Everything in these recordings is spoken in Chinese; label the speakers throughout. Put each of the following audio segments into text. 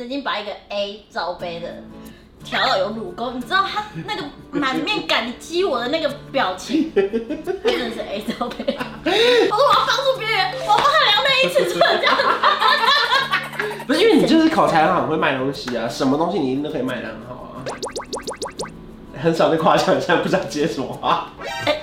Speaker 1: 曾经把一个 A 罩杯的调到有乳沟，你知道他那个满面感激我的那个表情，他真的是 A 罩杯。我说我要帮助别人，我要帮他量那一尺寸，这样
Speaker 2: 不是因为你就是口才很好，很会卖东西啊，什么东西你一定都可以卖得很好啊。很少被夸奖，现在不知道接什么话。
Speaker 1: 哎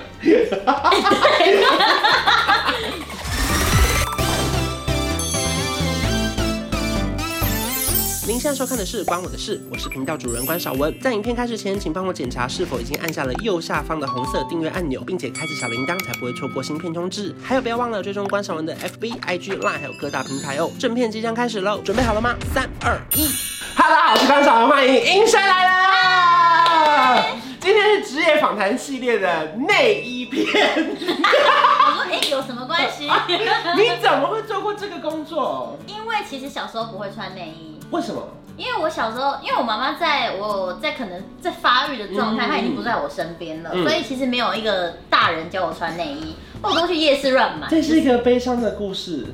Speaker 2: 您现在收看的是《关我的事》，我是频道主人关少文。在影片开始前，请帮我检查是否已经按下了右下方的红色订阅按钮，并且开启小铃铛，才不会错过新片通知。还有，不要忘了追踪关少文的 FB、IG、Line，还有各大平台哦。正片即将开始喽，准备好了吗？三、二、一哈喽，大家好，我是关少文，欢迎英生来啦！今天是职业访谈系列的内衣篇，
Speaker 1: 我说哎、有什么关系？
Speaker 2: 你怎么会做过这个工作？
Speaker 1: 因为其实小时候不会穿内衣。
Speaker 2: 为什么？
Speaker 1: 因为我小时候，因为我妈妈在我在可能在发育的状态，
Speaker 2: 嗯
Speaker 1: 她已经不在我身边了，
Speaker 2: 嗯
Speaker 1: 所以其实没有一个大人教我穿内衣，我都去夜市乱买。
Speaker 2: 这是一个悲伤的故事。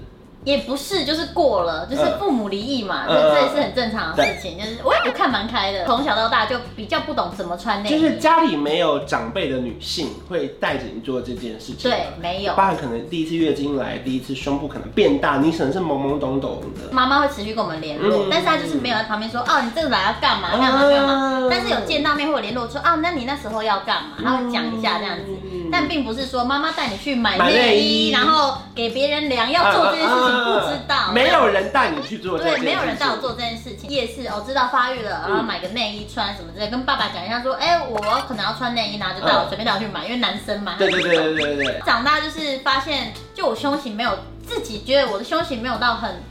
Speaker 1: 也不是，就是过了，就是父母离异嘛，
Speaker 2: 嗯
Speaker 1: 这、这也是很正常的事情。就是我也不看蛮开的，从小到大就比较不懂怎么穿内衣，
Speaker 2: 就是家里没有长辈的女性会带着你做这件事情，
Speaker 1: 对，没有。
Speaker 2: 包含可能第一次月经来，第一次胸部可能变大，你可能是懵懵懂懂的。
Speaker 1: 妈妈会持续跟我们联络，
Speaker 2: 嗯
Speaker 1: 但是她就是没有在旁边说，哦，你这个来要干嘛干嘛干嘛。
Speaker 2: 啊
Speaker 1: 但是有见到面会有联络说，啊，那你那时候要干嘛？她会讲一下这样子。
Speaker 2: 嗯
Speaker 1: 但并不是说妈妈带你去买
Speaker 2: 买
Speaker 1: 内
Speaker 2: 内
Speaker 1: 衣，
Speaker 2: 衣
Speaker 1: 然后给别人量要做这件事情，不知
Speaker 2: 啊啊
Speaker 1: 道。
Speaker 2: 啊没有人带你去做这件
Speaker 1: 对，
Speaker 2: 事情，嗯
Speaker 1: 没有人带我做这件事情。夜市哦，知道发育了，然后买个内衣穿什么之类，跟爸爸讲一下说，哎、我可能要穿内衣，然后就带我
Speaker 2: 嗯
Speaker 1: 随便带我去买，因为男生嘛。
Speaker 2: 对。对对对对对对。
Speaker 1: 长大就是发现，就我胸型没有，自己觉得我的胸型没有到很，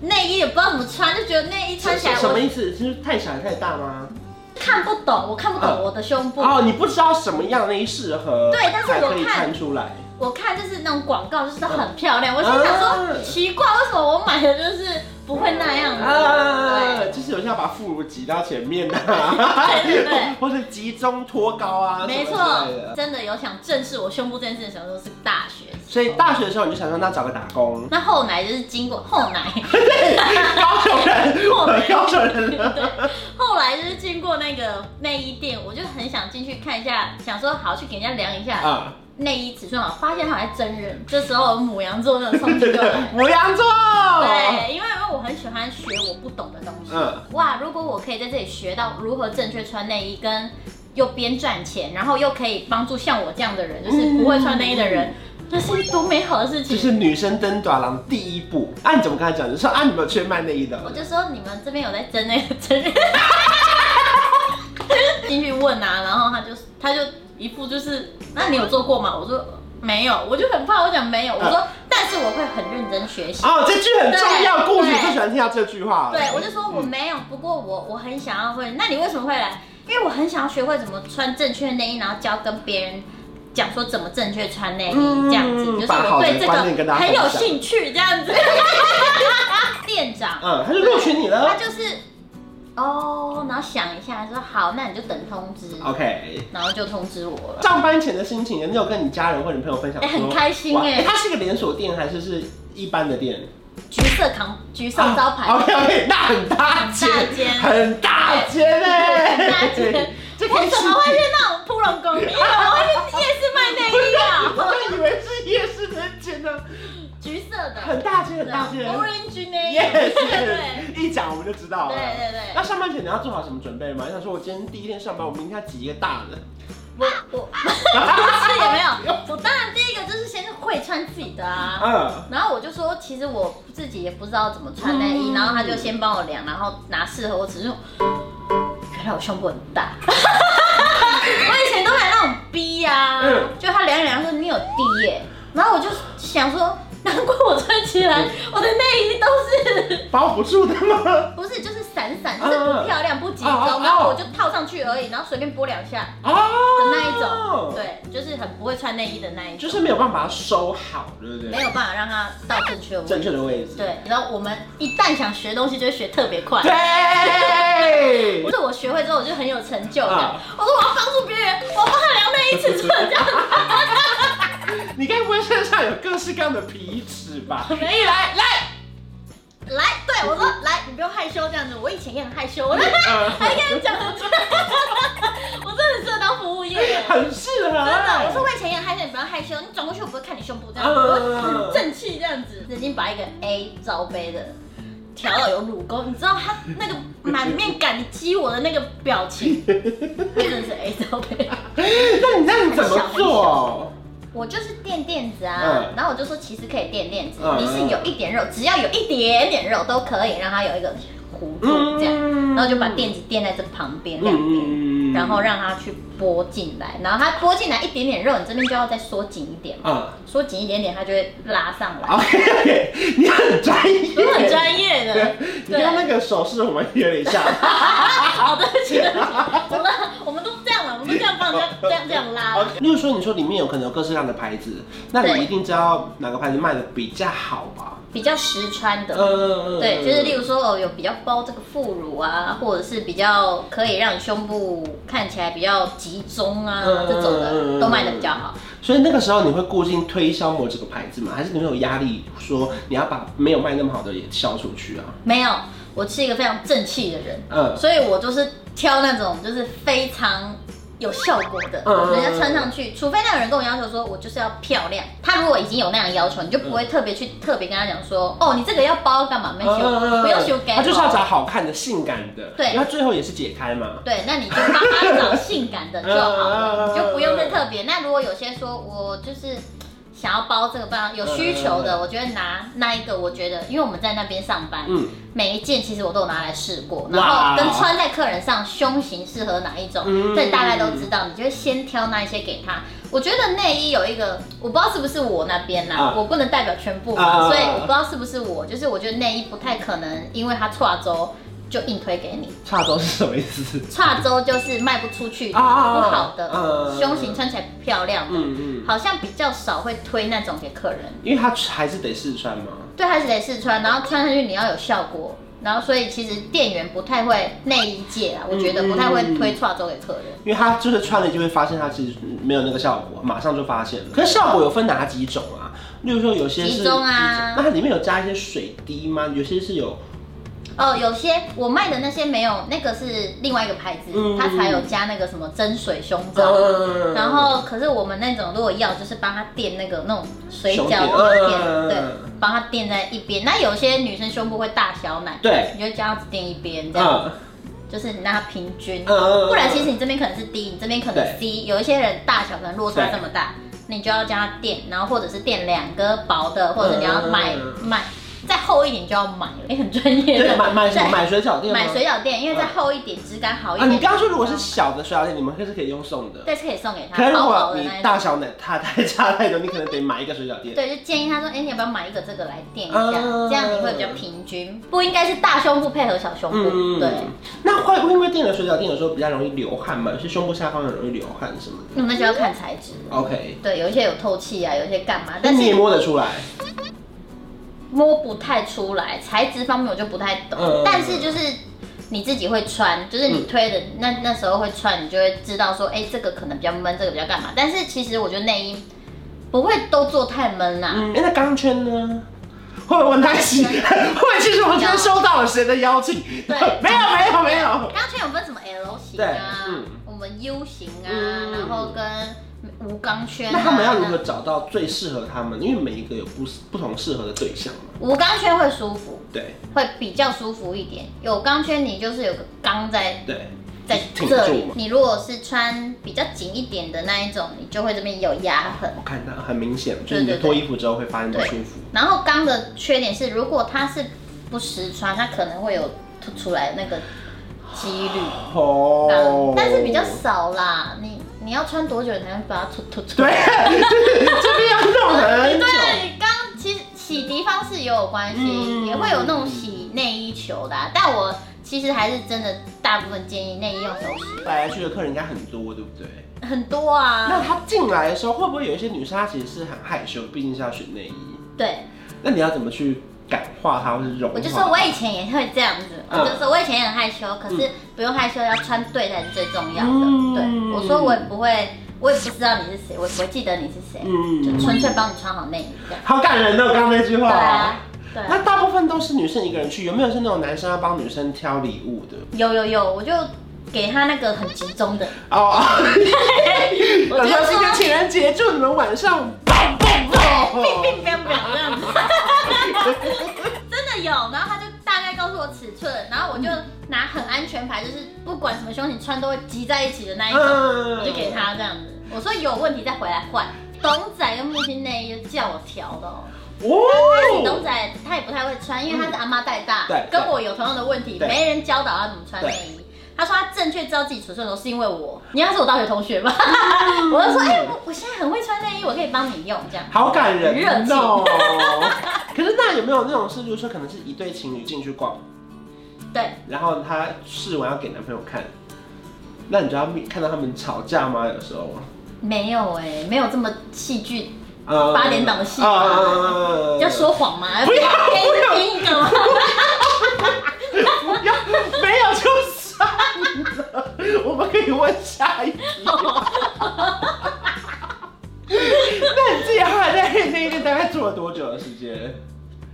Speaker 1: 内衣也不知道怎么穿，就觉得内衣穿起来
Speaker 2: 什么
Speaker 1: 我
Speaker 2: 意思？就是太小还太大吗？
Speaker 1: 看不懂，我看不懂
Speaker 2: 嗯
Speaker 1: 我的胸部。
Speaker 2: 哦，你不知道什么样内衣适合，
Speaker 1: 对但是我
Speaker 2: 才可以
Speaker 1: 看
Speaker 2: 看出来。
Speaker 1: 我看就是那种广告，就是很漂亮，我心想说，
Speaker 2: 嗯
Speaker 1: 奇怪，为什么我买的就是不会那样子？
Speaker 2: 啊，
Speaker 1: 嗯对
Speaker 2: 就是有些要把副乳挤到前面的、
Speaker 1: 对对对
Speaker 2: 或是集中托高啊，
Speaker 1: 没
Speaker 2: 什么
Speaker 1: 错
Speaker 2: 之类的，
Speaker 1: 真的有想正视我胸部这件事的时候，都是大学。。
Speaker 2: 所以大学的时候你就想说，那找个打工
Speaker 1: 那后来就是经过后来，
Speaker 2: 高雄人，
Speaker 1: 我
Speaker 2: 我
Speaker 1: 们
Speaker 2: 们高雄人了。
Speaker 1: 对，后来就是经过那个内衣店，我就很想进去看一下，想说好去给人家量一下
Speaker 2: 啊，
Speaker 1: 内衣尺寸好，发现好像真人。这时候母羊座那种冲击就来了。
Speaker 2: 母羊座。
Speaker 1: 对，因为因为我很喜欢学我不懂的东西。
Speaker 2: 哦嗯
Speaker 1: 哇，如果我可以在这里学到如何正确穿内衣，跟又边赚钱，然后又可以帮助像我这样的人，就是不会穿内衣的人，那是多美好的事
Speaker 2: 嗯这
Speaker 1: 情！
Speaker 2: 是女生登短廊第一步。啊，你怎么跟他讲？你说啊，你们有缺卖内 衣的？
Speaker 1: 我就说你们这边有在争那个真人，进去问啊，然后他就他就一副就是，那你有做过吗？我说没有，我就很怕，我讲没有，我
Speaker 2: 啊
Speaker 1: 说但是我会很认真学习。
Speaker 2: 哦，这句很重
Speaker 1: 对
Speaker 2: 要，顾女
Speaker 1: 对
Speaker 2: 最喜欢听到这句话了。
Speaker 1: 对，我就说我没有，不过我我很想要会。那你为什么会来？因为我很想要学会怎么穿正确的内衣，然后教跟别人讲说怎么正确穿内衣，
Speaker 2: 嗯
Speaker 1: 这样子，就是
Speaker 2: 把
Speaker 1: 我
Speaker 2: 好的
Speaker 1: 对这
Speaker 2: 观念跟
Speaker 1: 个
Speaker 2: 大家
Speaker 1: 很有
Speaker 2: 分享
Speaker 1: 兴趣，这样子。 店长，
Speaker 2: 嗯，他就录取你
Speaker 1: 他
Speaker 2: 了。
Speaker 1: 就是哦，然后想一下说好，那你就等通知，
Speaker 2: OK。
Speaker 1: 然后就通知我了。
Speaker 2: 上班前的心情，你有跟你家人或者你朋友分享
Speaker 1: 哎
Speaker 2: 说？
Speaker 1: 很开心
Speaker 2: 哇
Speaker 1: 哎
Speaker 2: 它是个连锁店还是是一般的店？
Speaker 1: 橘色扛橘色招牌，
Speaker 2: 哦 OK OK，那啊很大间，
Speaker 1: 很大间
Speaker 2: 很大间哎，
Speaker 1: 很大间
Speaker 2: 这可
Speaker 1: 我
Speaker 2: 以
Speaker 1: 怎
Speaker 2: 吃
Speaker 1: 么会去那种扑龙宫？你以为啊我会去夜市卖内衣啊？
Speaker 2: 我都以为是夜市人间呢，
Speaker 1: 橘色的，
Speaker 2: 很大间，很大间。
Speaker 1: Orange 呢
Speaker 2: Yes，
Speaker 1: 对
Speaker 2: yes，一讲我们就知道了。
Speaker 1: 对对对
Speaker 2: 那上班前你要做好什么准备吗？你想说我今天第一天上班，我明天要挤一个大的。
Speaker 1: 我我 不是也没有，我当然第一个就是先会穿自己的啊。
Speaker 2: 嗯，
Speaker 1: 然后我就说，其实我自己也不知道怎么穿内衣，
Speaker 2: 嗯
Speaker 1: 然后他就先帮我量，然后拿适合我尺寸。原来我胸部很大， 我以前都买那种 B 呀、啊，
Speaker 2: 嗯
Speaker 1: 就他量一量说你有 D 耶、然后我就想说， 难怪我穿起
Speaker 2: 嗯
Speaker 1: 来我的内衣都是
Speaker 2: 包不住的吗？
Speaker 1: 不是，就是散散，
Speaker 2: 啊
Speaker 1: 就是不漂亮、不集中，
Speaker 2: 哦哦哦
Speaker 1: 然后我就套上去而已，然后随便拨两下的
Speaker 2: 哦，
Speaker 1: 那一种，，对，就是很不会穿内衣的那一种，
Speaker 2: 就是没有办法收好，对不对？
Speaker 1: 没有办法让它到正确的位
Speaker 2: 正
Speaker 1: 置。
Speaker 2: 确的位置。
Speaker 1: 对，然后我们一旦想学东西，就会学特别快。
Speaker 2: 对
Speaker 1: 不，是我学会之后，我就很有成就感。
Speaker 2: 啊
Speaker 1: 我说我要帮助别人，我要帮他量内衣尺寸，这样
Speaker 2: 你该不会身上有各式各样的皮尺吧？
Speaker 1: 没有来来来，对我说来，你不用害羞这样子。我以前也很害羞，我
Speaker 2: 啊，
Speaker 1: 还跟你讲， 我真的很适合当服务业耶。
Speaker 2: 很适合
Speaker 1: 真的，
Speaker 2: 欸。
Speaker 1: 我说我以前也很害羞，你不要害羞，你转过去我不会看你胸部这样，
Speaker 2: 嗯
Speaker 1: 我会很正气这样子。曾经把一个 A 罩杯的调到有乳沟，你知道他那个满面感激我的那个表情，真的是 A 罩杯。
Speaker 2: 那你那你怎么做？
Speaker 1: 我就是垫垫子啊，
Speaker 2: 嗯
Speaker 1: 然后我就说其实可以垫垫子，
Speaker 2: 嗯
Speaker 1: 你是有一点肉，只要有一点点肉都可以让它有一个弧度这样，
Speaker 2: 嗯
Speaker 1: 然后就把垫子垫在这旁边两边，
Speaker 2: 嗯
Speaker 1: 然后让它去拨进来，然后它拨进来一点点肉，你这边就要再缩紧一点嘛，
Speaker 2: 啊
Speaker 1: 缩紧一点点它就会拉上
Speaker 2: 嗯
Speaker 1: 来，
Speaker 2: ，OK，你很专业，
Speaker 1: 我很专业的
Speaker 2: 对。，你刚刚那个手势我们有点像，
Speaker 1: 好的，对不起对不起我们 我们都这样了，我们都这样帮人家这样这样拉。
Speaker 2: OK，例如说，你说里面有可能有各式各样的牌子，那
Speaker 1: 对
Speaker 2: 你一定知道哪个牌子卖的比较好吧？
Speaker 1: 比较实穿的，
Speaker 2: 嗯，
Speaker 1: 对，就是例如说哦，有比较包这个副乳啊，或者是比较可以让胸部看起来比较集中啊，
Speaker 2: 嗯
Speaker 1: 这种的都卖的比较好。
Speaker 2: 所以那个时候你会固定推销某几个牌子吗？还是你会有压力说你要把没有卖那么好的也销出去啊？
Speaker 1: 没有，我是一个非常正气的人，
Speaker 2: 嗯，
Speaker 1: 所以我就是挑那种就是非常有效果的，
Speaker 2: 嗯
Speaker 1: 人家穿上去，除非那个人跟我要求说我就是要漂亮，他如果已经有那样的要求，你就不会特别去特别跟他讲说，哦，你这个要包干嘛？没
Speaker 2: 嗯
Speaker 1: 修，不用修改。
Speaker 2: 他呃啊就是要找好看的、性感的，
Speaker 1: 对
Speaker 2: 因为他最后也是解开嘛。
Speaker 1: 对，那你就帮他找性感的就好了，
Speaker 2: 嗯
Speaker 1: 你就不用再特别。那如果有些说我就是想要包这个包，有需求
Speaker 2: 嗯
Speaker 1: 的，我觉得拿那一个，我觉得因为我们在那边上班，
Speaker 2: 嗯，
Speaker 1: 每一件其实我都有拿来试过，然后
Speaker 2: 哇
Speaker 1: 跟穿在客人上胸型适合哪一种，
Speaker 2: 嗯
Speaker 1: 这你大概都知道，你就会先挑那一些给他。我觉得内衣有一个，我不知道是不是我那边啦、
Speaker 2: 啊
Speaker 1: 我不能代表全部嘛，
Speaker 2: 啊
Speaker 1: 所以我不知道是不是我，就是我觉得内衣不太可能，因为它跨州就硬推给你。
Speaker 2: 差周是什么意思？
Speaker 1: 跨州就是卖不出去、
Speaker 2: 啊啊啊
Speaker 1: 不好的、
Speaker 2: 嗯
Speaker 1: 胸型穿起来不漂亮的，
Speaker 2: 嗯嗯，
Speaker 1: 好像比较少会推那种给客人。
Speaker 2: 因为他还是得试穿嘛。
Speaker 1: 对，还是得试穿，然后穿上去你要有效果，然后所以其实店员不太会内衣界
Speaker 2: 嗯
Speaker 1: 啊，我觉得不太会推跨州给客人。
Speaker 2: 因为他就是穿了就会发现他其实没有那个效果，马上就发现了。可是效果有分哪几种啊？例如说有些是
Speaker 1: 集中啊
Speaker 2: 集中那它里面有加一些水滴吗？有些是有
Speaker 1: 哦，有些我卖的那些没有，那个是另外一个牌子，
Speaker 2: 嗯
Speaker 1: 它才有加那个什么蒸水胸罩。
Speaker 2: 嗯
Speaker 1: 然后，可是我们那种如果要，就是帮他垫那个那种水
Speaker 2: 胸
Speaker 1: 饺
Speaker 2: 垫
Speaker 1: 垫，
Speaker 2: 嗯
Speaker 1: 对，帮他垫在一边。那有些女生胸部会大小奶，
Speaker 2: 对，
Speaker 1: 你就叫她只垫一边，这样、
Speaker 2: 嗯
Speaker 1: 就是你让她平均。
Speaker 2: 嗯
Speaker 1: 不然其实你这边可能是 D，你这边可能
Speaker 2: 对
Speaker 1: C，有一些人大小可能落差这么大，你就要加垫，然后或者是垫两个薄的，或者你要买
Speaker 2: 嗯
Speaker 1: 买再厚一点就要买，你很专业
Speaker 2: 对
Speaker 1: 的。
Speaker 2: 买买什么
Speaker 1: 对
Speaker 2: 买水饺店吗
Speaker 1: 买水饺垫，因为再厚一点，质感好一
Speaker 2: 啊？
Speaker 1: 点。
Speaker 2: 你刚刚说如果是小的水饺店，你们可是可以用送的。
Speaker 1: 嗯对是可以送给
Speaker 2: 可
Speaker 1: 他
Speaker 2: 是如
Speaker 1: 薄薄
Speaker 2: 果
Speaker 1: 的
Speaker 2: 你
Speaker 1: 那一种。
Speaker 2: 大小奶差太差太多，你可能得买一个水饺 店。
Speaker 1: 对，就建议他说，哎、你要不要买一个这个来垫一下，
Speaker 2: 嗯
Speaker 1: 这样你会比较平均，不应该是大胸部配合小胸
Speaker 2: 嗯
Speaker 1: 部，对。，
Speaker 2: 那会会因为店的水饺店有时候比较容易流汗嘛，有些胸部下方很容易流汗什么的。
Speaker 1: 那那就要看材质，
Speaker 2: OK，
Speaker 1: 对，有一些有透气啊，有一些干嘛，但
Speaker 2: 但
Speaker 1: 是啊
Speaker 2: 你也摸得出来。
Speaker 1: 摸不太出来，材质方面我就不太懂，
Speaker 2: 嗯
Speaker 1: 但是就是你自己会穿，就是你推的、那那时候会穿，你就会知道说，哎、这个可能比较闷，这个比较干嘛。但是其实我觉得内衣不会都做太闷啊啦、
Speaker 2: 嗯，哎、那钢圈呢？会不会问他起？会不 会其实我们今天收到了谁的邀请？
Speaker 1: 对
Speaker 2: 没有没有没有。
Speaker 1: 钢圈有分什么 L 型啊，
Speaker 2: 对嗯
Speaker 1: 我们 U 型啊，
Speaker 2: 嗯
Speaker 1: 然后跟无钢圈、啊。
Speaker 2: 那他们要如何找到最适合他们？因为每一个有不不同适合的对象嘛。
Speaker 1: 无钢圈会舒服，
Speaker 2: 对
Speaker 1: 会比较舒服一点。有钢圈你就是有个钢在
Speaker 2: 对，
Speaker 1: 哎在
Speaker 2: 挺
Speaker 1: 这
Speaker 2: 住
Speaker 1: 里
Speaker 2: 嘛。。
Speaker 1: 你如果是穿比较紧一点的那一种，你就会这边有压痕。
Speaker 2: 我看到很明显，就是你
Speaker 1: 对对对
Speaker 2: 脱衣服之后会发现不舒服。
Speaker 1: 然后钢的缺点是，如果它是不实穿，它可能会有凸出来那个几率。
Speaker 2: 哦
Speaker 1: 钢，但是比较少啦。你你要穿多久你才会把它凸凸出
Speaker 2: 对，
Speaker 1: 来？
Speaker 2: 就是这边要弄很久。
Speaker 1: 对，你刚其实洗涤方式也有关系，
Speaker 2: 嗯
Speaker 1: 也会有那种洗内衣球的啊、但我其实还是真的大部分建议内衣用手洗，
Speaker 2: 来来去的客人应该很多，对不对？
Speaker 1: 很多啊。
Speaker 2: 那他进来的时候，会不会有一些女生她其实是很害羞，毕竟是要选内衣？
Speaker 1: 对，
Speaker 2: 那你要怎么去感化她，或是融化？
Speaker 1: 我就说我以前也会这样子，
Speaker 2: 嗯
Speaker 1: 我就说我以前也很害羞，可是不用害羞，要穿对才是最重要的。
Speaker 2: 嗯
Speaker 1: 对，我说我也不会，我也不知道你是谁，我也不会记得你是谁，
Speaker 2: 嗯
Speaker 1: 就纯粹帮你穿好内衣这样。
Speaker 2: 好感人哦，刚刚那句话。
Speaker 1: 对啊，对
Speaker 2: 那大部分都是女生一个人去，有没有是那种男生要帮女生挑礼物的？
Speaker 1: 有有有，我就给他那个很集中 的，
Speaker 2: 哦，
Speaker 1: 我 就
Speaker 2: 等到今天
Speaker 1: 说，
Speaker 2: 情人节，祝你们晚上棒棒
Speaker 1: 并
Speaker 2: 棒！
Speaker 1: 并不要不要这样子， 真的有。然后他就大概告诉我尺寸，然后我就拿很安全牌，就是不管什么胸型穿都会集在一起的那一种，
Speaker 2: 嗯
Speaker 1: 我就给。他这样子。我说有问题再回来换。董仔跟木星内衣就叫我调的哦。董
Speaker 2: 哦，嗯
Speaker 1: 仔他也不太会穿，因为他是阿妈带大，
Speaker 2: 对对
Speaker 1: 跟我有同样的问题，
Speaker 2: 对
Speaker 1: 没人教导他怎么穿内衣。他说他正确知道自己尺寸的时候是因为我，你要是我大学同学 吧，我就说，哎、我我现在很会穿内衣，我可以帮你用这样。
Speaker 2: 好感人
Speaker 1: 热情
Speaker 2: 哦。可是那有没有那种事，就是说可能是一对情侣进去逛，
Speaker 1: 对，
Speaker 2: 然后她试完要给男朋友看，那你就要看到他们吵架吗？有时候，
Speaker 1: 没有哎、没有这么戏剧，
Speaker 2: 呃
Speaker 1: 八点档的戏吧
Speaker 2: 呃
Speaker 1: 要说谎吗？
Speaker 2: 不要
Speaker 1: 编编一个吗？
Speaker 2: 不 要，没有就算了。我们可以问下一题。那你自己后来在那一店大概做了多久的时间？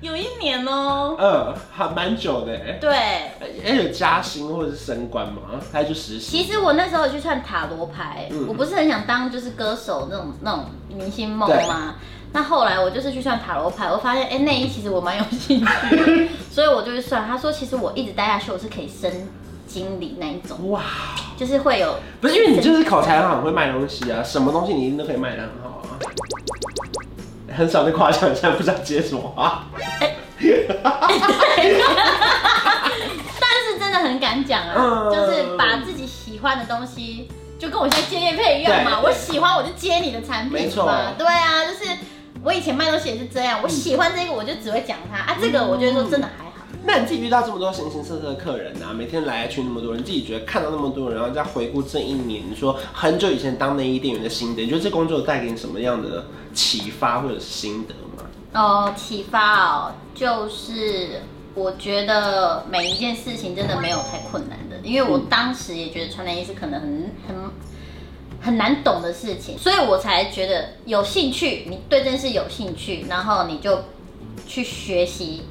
Speaker 1: 有一年哦、
Speaker 2: 嗯，还蛮久的哎。
Speaker 1: 对，
Speaker 2: 哎，有加薪或者是升官吗？还是就实习？
Speaker 1: 其实我那时候有去算塔罗牌，
Speaker 2: 嗯
Speaker 1: 我不是很想当就是歌手那种那种明星梦
Speaker 2: 对
Speaker 1: 吗？那后来我就是去算塔罗牌，我发现哎内衣其实我蛮有兴趣 的，所以我就去算。他说其实我一直待下去我是可以升经理那一种，
Speaker 2: 哇，
Speaker 1: 就是会有
Speaker 2: 不是因为你就是口才很好，很会卖东西啊，什么东西你一定都可以卖得很好啊。很少被夸奖，现在不知道接什么话。
Speaker 1: 但是真的很敢讲啊，
Speaker 2: 嗯
Speaker 1: 就是把自己喜欢的东西，就跟我现在接业配一样嘛，
Speaker 2: 对
Speaker 1: 我喜欢我就接你的产
Speaker 2: 没
Speaker 1: 品
Speaker 2: 错
Speaker 1: 嘛，对啊，就是我以前卖东西也是这样，我喜欢这个我就只会讲它啊，这个我觉得说真的还好。
Speaker 2: 那你自己遇到这么多形形色色的客人啊，每天来来去那么多人，自己觉得看到那么多人，然后再回顾这一年，你说很久以前当内衣店员的心得，你觉得这工作带给你什么样的启发或者是心得吗？
Speaker 1: 哦，启发哦，就是我觉得每一件事情真的没有太困难的，因为我当时也觉得穿内衣是可能很很很难懂的事情，所以我才觉得有兴趣，你对这件事有兴趣，然后你就去学习，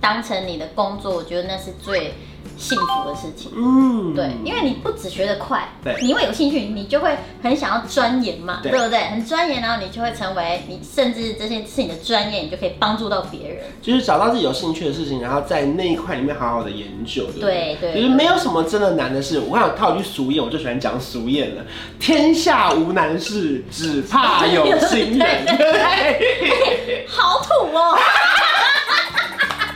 Speaker 1: 当成你的工作，我觉得那是最幸福的事情。
Speaker 2: 嗯，
Speaker 1: 对，因为你不只学得快，
Speaker 2: 对
Speaker 1: 你会有兴趣，你就会很想要钻研嘛，
Speaker 2: 对
Speaker 1: 对不对？很钻研，然后你就会成为你，甚至这些是你的专业，你就可以帮助到别人。
Speaker 2: 就是找到自己有兴趣的事情，然后在那一块里面好好的研究，对不对？
Speaker 1: 对对
Speaker 2: 就是没有什么真的难的事。我看有套一句俗谚，我就喜欢讲俗谚了：天下无难事，只怕有心人。对不 对？
Speaker 1: 好土哦！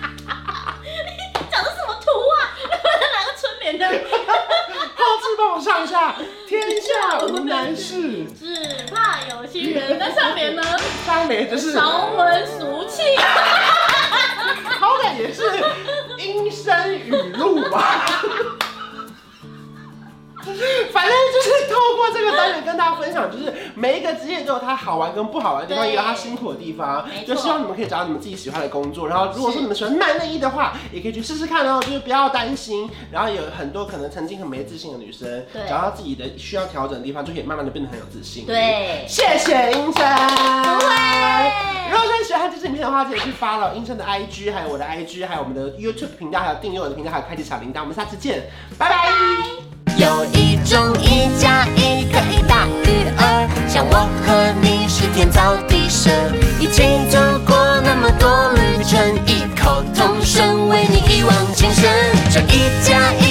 Speaker 1: 你讲的什么土啊？哪个春联的？
Speaker 2: 后置帮我上一下：天下无难事。
Speaker 1: 只怕有心人。那上面呢？
Speaker 2: 上面就是
Speaker 1: 韶文俗 气。
Speaker 2: 好歹也是音声语录吧。 反正就是透过这个单元跟大家分享，就是每一个职业都有它好玩跟不好玩的地方，
Speaker 1: 对
Speaker 2: 也有它辛苦的地方。
Speaker 1: 没
Speaker 2: 就
Speaker 1: 错
Speaker 2: 希望你们可以找到你们自己喜欢的工作，然后如果说你们喜欢卖内衣的话，也可以去试试看哦，就是不要担心。然后有很多可能曾经很没自信的女生，
Speaker 1: 对
Speaker 2: 找到自己的需要调整的地方，就可以慢慢的变得很有自信。
Speaker 1: 对，
Speaker 2: 谢谢英生。
Speaker 1: 不
Speaker 2: 如
Speaker 1: 会。
Speaker 2: 果说你喜欢这支影片的话，记得去 follow 英生的 IG，还有我的 IG，还有我们的 YouTube 频道，还有订阅我的频道，还有开启小铃铛。我们下次见，拜拜
Speaker 3: 有一种一加一可以大于二，像我和你是天造地设，一起走过那么多旅程，异口同声为你一往情深。这一加一